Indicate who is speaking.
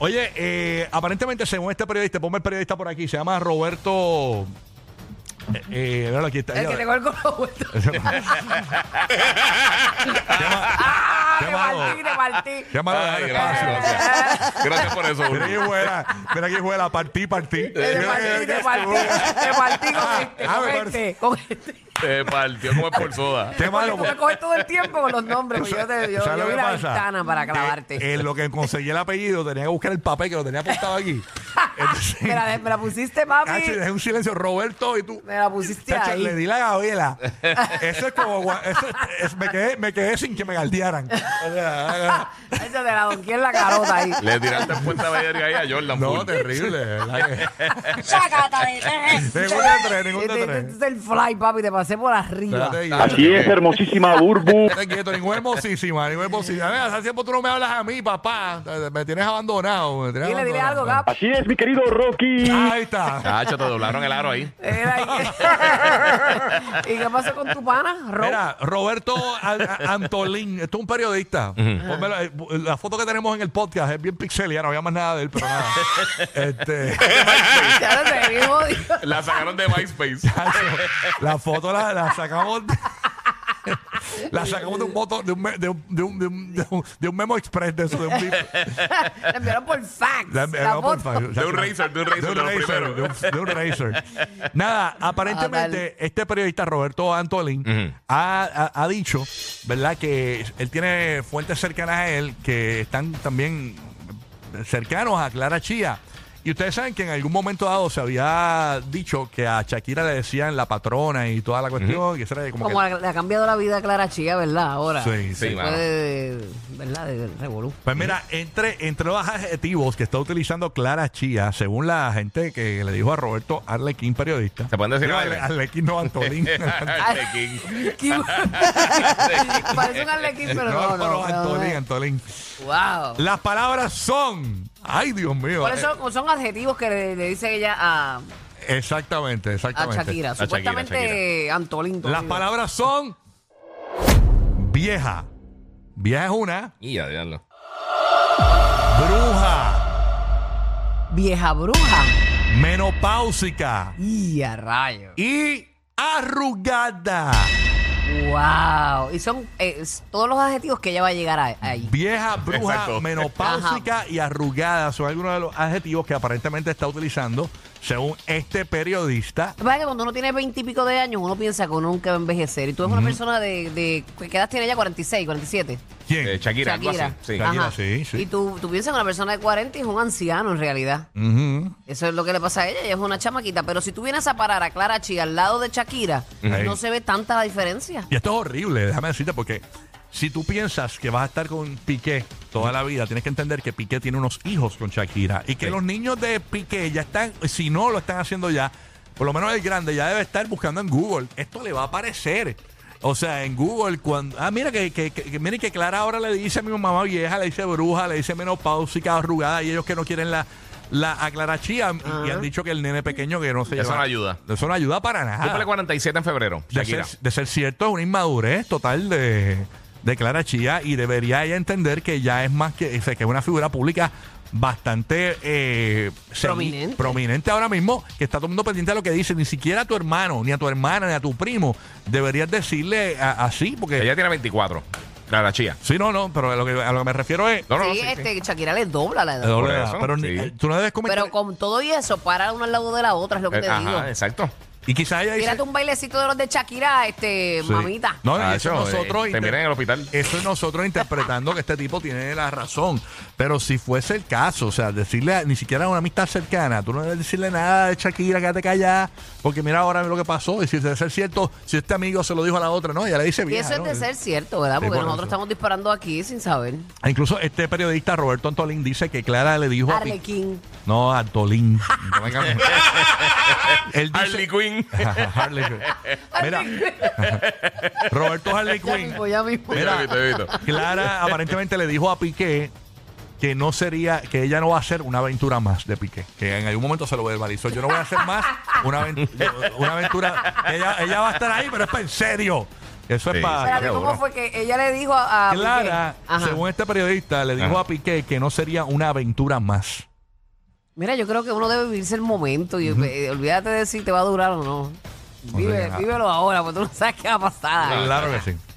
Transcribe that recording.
Speaker 1: Oye, eh, aparentemente según este periodista, ponme el periodista por aquí, se llama Roberto. Eh, eh, míralo, aquí está.
Speaker 2: El que
Speaker 1: ya,
Speaker 2: tengo el culo vuelto. ¡Ah!
Speaker 1: qué
Speaker 2: ¡Te
Speaker 1: malo.
Speaker 2: partí, te partí!
Speaker 1: Se llama
Speaker 3: Ay,
Speaker 1: Dale
Speaker 2: Eh,
Speaker 3: gracias,
Speaker 1: Espacio.
Speaker 3: gracias. Gracias por eso,
Speaker 1: Mira
Speaker 3: Burbu.
Speaker 1: aquí juega, mira aquí juega, partí, partí.
Speaker 2: Te
Speaker 1: Mira
Speaker 2: partí,
Speaker 1: que-
Speaker 2: te partí, te partí con este,
Speaker 1: Ah,
Speaker 2: con
Speaker 1: me
Speaker 2: este, con este.
Speaker 3: Te partió como por soda.
Speaker 1: Qué malo,
Speaker 2: Porque tú me
Speaker 1: porque-
Speaker 2: coges todo el tiempo con los nombres, porque yo te yo,
Speaker 1: ¿Sabes
Speaker 2: yo
Speaker 1: lo
Speaker 2: vi
Speaker 1: que
Speaker 2: la
Speaker 1: pasa?
Speaker 2: ventana para clavarte.
Speaker 1: Eh, en lo que conseguí el apellido, tenía que buscar el papel que lo tenía apuntado aquí. Entonces,
Speaker 2: Me la, me la pusiste, papi.
Speaker 1: Hacho, y dejé un silencio, Roberto, y tú.
Speaker 2: Me la pusiste
Speaker 1: Tacho, eh, le
Speaker 2: ahí.
Speaker 1: di la gavela. Eso es como. gua- eso es- es- me, quedé, me quedé sin que me galdearan. O sea,
Speaker 2: Eso te la donqué en la carota ahí.
Speaker 3: Le tiraste en puerta verga ahí a Jordan.
Speaker 1: no,
Speaker 3: full.
Speaker 1: terrible. de ¿verdad? que-
Speaker 4: Sácata
Speaker 2: eh,
Speaker 4: de ese.
Speaker 1: Ningún de tres,
Speaker 2: Este
Speaker 1: ningún de
Speaker 2: este-
Speaker 1: tres.
Speaker 2: este es el fly, papi, te pasé por arriba.
Speaker 1: Espérate,
Speaker 5: Así es, hermosísima Burbu.
Speaker 1: Estate quieto, ningún hermosísima, ningún hermosísima. Mira, Hace tiempo tú no me hablas a mí, papá. Me tienes abandonado. Me tienes
Speaker 2: Dile, dile algo,
Speaker 1: abandonado.
Speaker 2: Gap.
Speaker 5: Así es, mi querido Rocky.
Speaker 1: Ahí está.
Speaker 3: Cacho, te doblaron el aro ahí.
Speaker 2: Era ahí. ¿Y qué pasó con tu pana, Ro?
Speaker 1: Mira, Roberto Al- A- Antolín, esto es un periodista. Pónmelo, eh, bu- la foto que tenemos en el podcast es bien pixelia, no había más nada de él, pero nada. este,
Speaker 2: Ya no sé, mismo, Dios.
Speaker 3: La sacaron de MySpace.
Speaker 1: la foto la, la sacamos. de- La sacamos de un voto, de un, me- de un, de un, de un, de un- de un memo express de eso, de un bip.
Speaker 2: La enviaron por fax.
Speaker 1: La-
Speaker 2: La,
Speaker 1: no, por
Speaker 2: foto.
Speaker 1: favor,
Speaker 3: De un Razer, de un Razer, de los
Speaker 1: Razer, de un,
Speaker 3: primeros.
Speaker 1: de un Razer. Nada,
Speaker 2: Ah,
Speaker 1: aparentemente este periodista Roberto Antolín ha, ha- ha dicho, ¿verdad? Que él tiene fuentes cercanas a él que están también cercanos a Clara Chía. Y ustedes saben que en algún momento dado se había dicho que a Shakira le decían la patrona y toda la cuestión, que eso era como,
Speaker 2: Como
Speaker 1: que-
Speaker 2: la- le ha cambiado la vida a Clara Chía, ¿verdad? Ahora.
Speaker 1: Sí, sí.
Speaker 3: Sí,
Speaker 2: Después de, ¿verdad? De revolú.
Speaker 1: Pues mira, entre, entre los adjetivos que está utilizando Clara Chía, según la gente que le dijo a Roberto Arlequín, periodista.
Speaker 3: Se pueden decir
Speaker 1: Digo,
Speaker 3: al aire.
Speaker 1: Arle- Arlequín, no Antolín.
Speaker 3: Arlequín.
Speaker 2: Parece un arlequín, pero no, no.
Speaker 1: pero
Speaker 2: no,
Speaker 1: Antolín,
Speaker 2: no.
Speaker 1: Antolín.
Speaker 2: Wow.
Speaker 1: Las palabras son. Ay, Dios mío.
Speaker 2: Por eso son adjetivos que le, le dice ella a, a
Speaker 1: Eh, Exactamente, exactamente.
Speaker 2: Shakira.
Speaker 3: A Shakira,
Speaker 2: Supuestamente Antolín.
Speaker 1: Las
Speaker 2: Antolín.
Speaker 1: palabras son. Vieja. Vieja es una.
Speaker 3: Y ya, diablo.
Speaker 1: Bruja.
Speaker 2: Vieja bruja.
Speaker 1: Menopáusica.
Speaker 2: Y a rayo.
Speaker 1: Y arrugada.
Speaker 2: Wow. Y son eh, s- todos los adjetivos que ella va a llegar a- ahí.
Speaker 1: Vieja, bruja,
Speaker 3: Exacto.
Speaker 1: menopáusica y arrugada son algunos de los adjetivos que aparentemente está utilizando según este periodista.
Speaker 2: Lo que pasa es que cuando uno tiene veintipico de años, uno piensa que uno nunca va a envejecer. Y tú eres una persona de, de. ¿Qué edad tiene ella? 46, 47.
Speaker 1: ¿Quién?
Speaker 3: Eh, Shakira, algo
Speaker 2: Shakira.
Speaker 3: así. Sí.
Speaker 1: Shakira. sí, sí.
Speaker 2: Y tú, tú piensas que una persona de 40 es un anciano en realidad.
Speaker 1: Mm. Ujú.
Speaker 2: Eso es lo que le pasa a ella, ella es una chamaquita. Pero si tú vienes a parar a Clara Chi al lado de Shakira,
Speaker 1: Ahí.
Speaker 2: no se ve tanta la diferencia.
Speaker 1: Y esto es horrible, déjame decirte, porque si tú piensas que vas a estar con Piqué toda la vida, tienes que entender que Piqué tiene unos hijos con Shakira y que
Speaker 3: Sí.
Speaker 1: los niños de Piqué ya están, si no lo están haciendo ya, por lo menos el grande ya debe estar buscando en Google. Esto le va a aparecer. O sea, en Google, cuando. Ah, mira que, que, que- que- mire que Clara ahora le dice a mi mamá vieja, le dice bruja, le dice menopáusica, arrugada, y ellos que no quieren la, la aclarachía y, y han dicho que el nene pequeño que no se
Speaker 3: Eso
Speaker 1: lleva-
Speaker 3: no ayuda.
Speaker 1: Eso no ayuda para nada.
Speaker 3: Cumple 47 en febrero.
Speaker 1: De
Speaker 3: Shakira.
Speaker 1: ser, de ser cierto, es una inmadurez total de, de Clara Chía y debería ella entender que ya es más que, o sea, que es una figura pública bastante eh, se-
Speaker 2: Prominente.
Speaker 1: prominente ahora mismo, que está todo el mundo pendiente de lo que dice. Ni siquiera a tu hermano, ni a tu hermana, ni a tu primo deberías decirle a- así, porque.
Speaker 3: Ella tiene 24. Clara Chía.
Speaker 1: Sí, no, no, pero a lo que, a lo que me refiero es.
Speaker 3: No, no, no,
Speaker 2: sí,
Speaker 3: sí, sí.
Speaker 2: este, Shakira le dobla la edad.
Speaker 1: Doble
Speaker 3: por
Speaker 1: edad,
Speaker 3: eso,
Speaker 1: pero ni-
Speaker 3: sí.
Speaker 1: eh, tú no debes comentar.
Speaker 2: Pero con todo y eso, para una al lado de la otra, es lo que
Speaker 3: Eh,
Speaker 2: te
Speaker 3: Ajá,
Speaker 2: digo.
Speaker 3: exacto.
Speaker 1: Y quizás ella dice...
Speaker 2: Tírate un bailecito de los de Shakira, este,
Speaker 1: Sí.
Speaker 2: mamita.
Speaker 1: No,
Speaker 3: Ah,
Speaker 1: y eso
Speaker 3: eso,
Speaker 1: nosotros
Speaker 3: eh, te
Speaker 1: inter-
Speaker 3: miran en el hospital.
Speaker 1: Eso es nosotros interpretando que este tipo tiene la razón. Pero si fuese el caso, o sea, decirle a- ni siquiera a una amistad cercana, tú no debes decirle nada de Shakira, quédate callada, porque mira ahora lo que pasó. Y si de ser cierto, si este amigo se lo dijo a la otra, no, ella le dice
Speaker 2: Y
Speaker 1: bien.
Speaker 2: eso es de ser cierto,
Speaker 1: Sí,
Speaker 2: ¿verdad? Porque
Speaker 1: por
Speaker 2: nosotros
Speaker 1: eso.
Speaker 2: estamos disparando aquí sin saber.
Speaker 1: Incluso este periodista Roberto Antolín dice que Clara le dijo a Pi-
Speaker 2: Arlequín.
Speaker 1: No, Antolín.
Speaker 3: No me engañes.
Speaker 1: Él dice-
Speaker 3: Harley Quinn.
Speaker 1: Harley Quinn. Mira, Roberto Harley
Speaker 2: Ya
Speaker 1: Quinn.
Speaker 2: mismo, ya mismo.
Speaker 3: Mira, Vito, Vito.
Speaker 1: Clara aparentemente le dijo a Piqué que no sería, que ella no va a hacer una aventura más de Piqué. Que en algún momento se lo verbalizó. Yo no voy a hacer más una aventura. Una aventura ella, ella va a estar ahí, pero es para en serio. Eso es
Speaker 3: Sí,
Speaker 1: para.
Speaker 2: Espérate,
Speaker 3: seguro.
Speaker 2: ¿cómo fue que ella le dijo a, a
Speaker 1: Clara,
Speaker 2: Piqué? Ajá.
Speaker 1: según este periodista, le dijo
Speaker 3: Ajá.
Speaker 1: a Piqué que no sería una aventura más.
Speaker 2: Mira, yo creo que uno debe vivirse el momento y eh, olvídate de si te va a durar o no.
Speaker 1: No sé,
Speaker 2: Vive,
Speaker 1: nada.
Speaker 2: vívelo ahora, porque tú no sabes qué va a pasar.
Speaker 1: Claro que sí.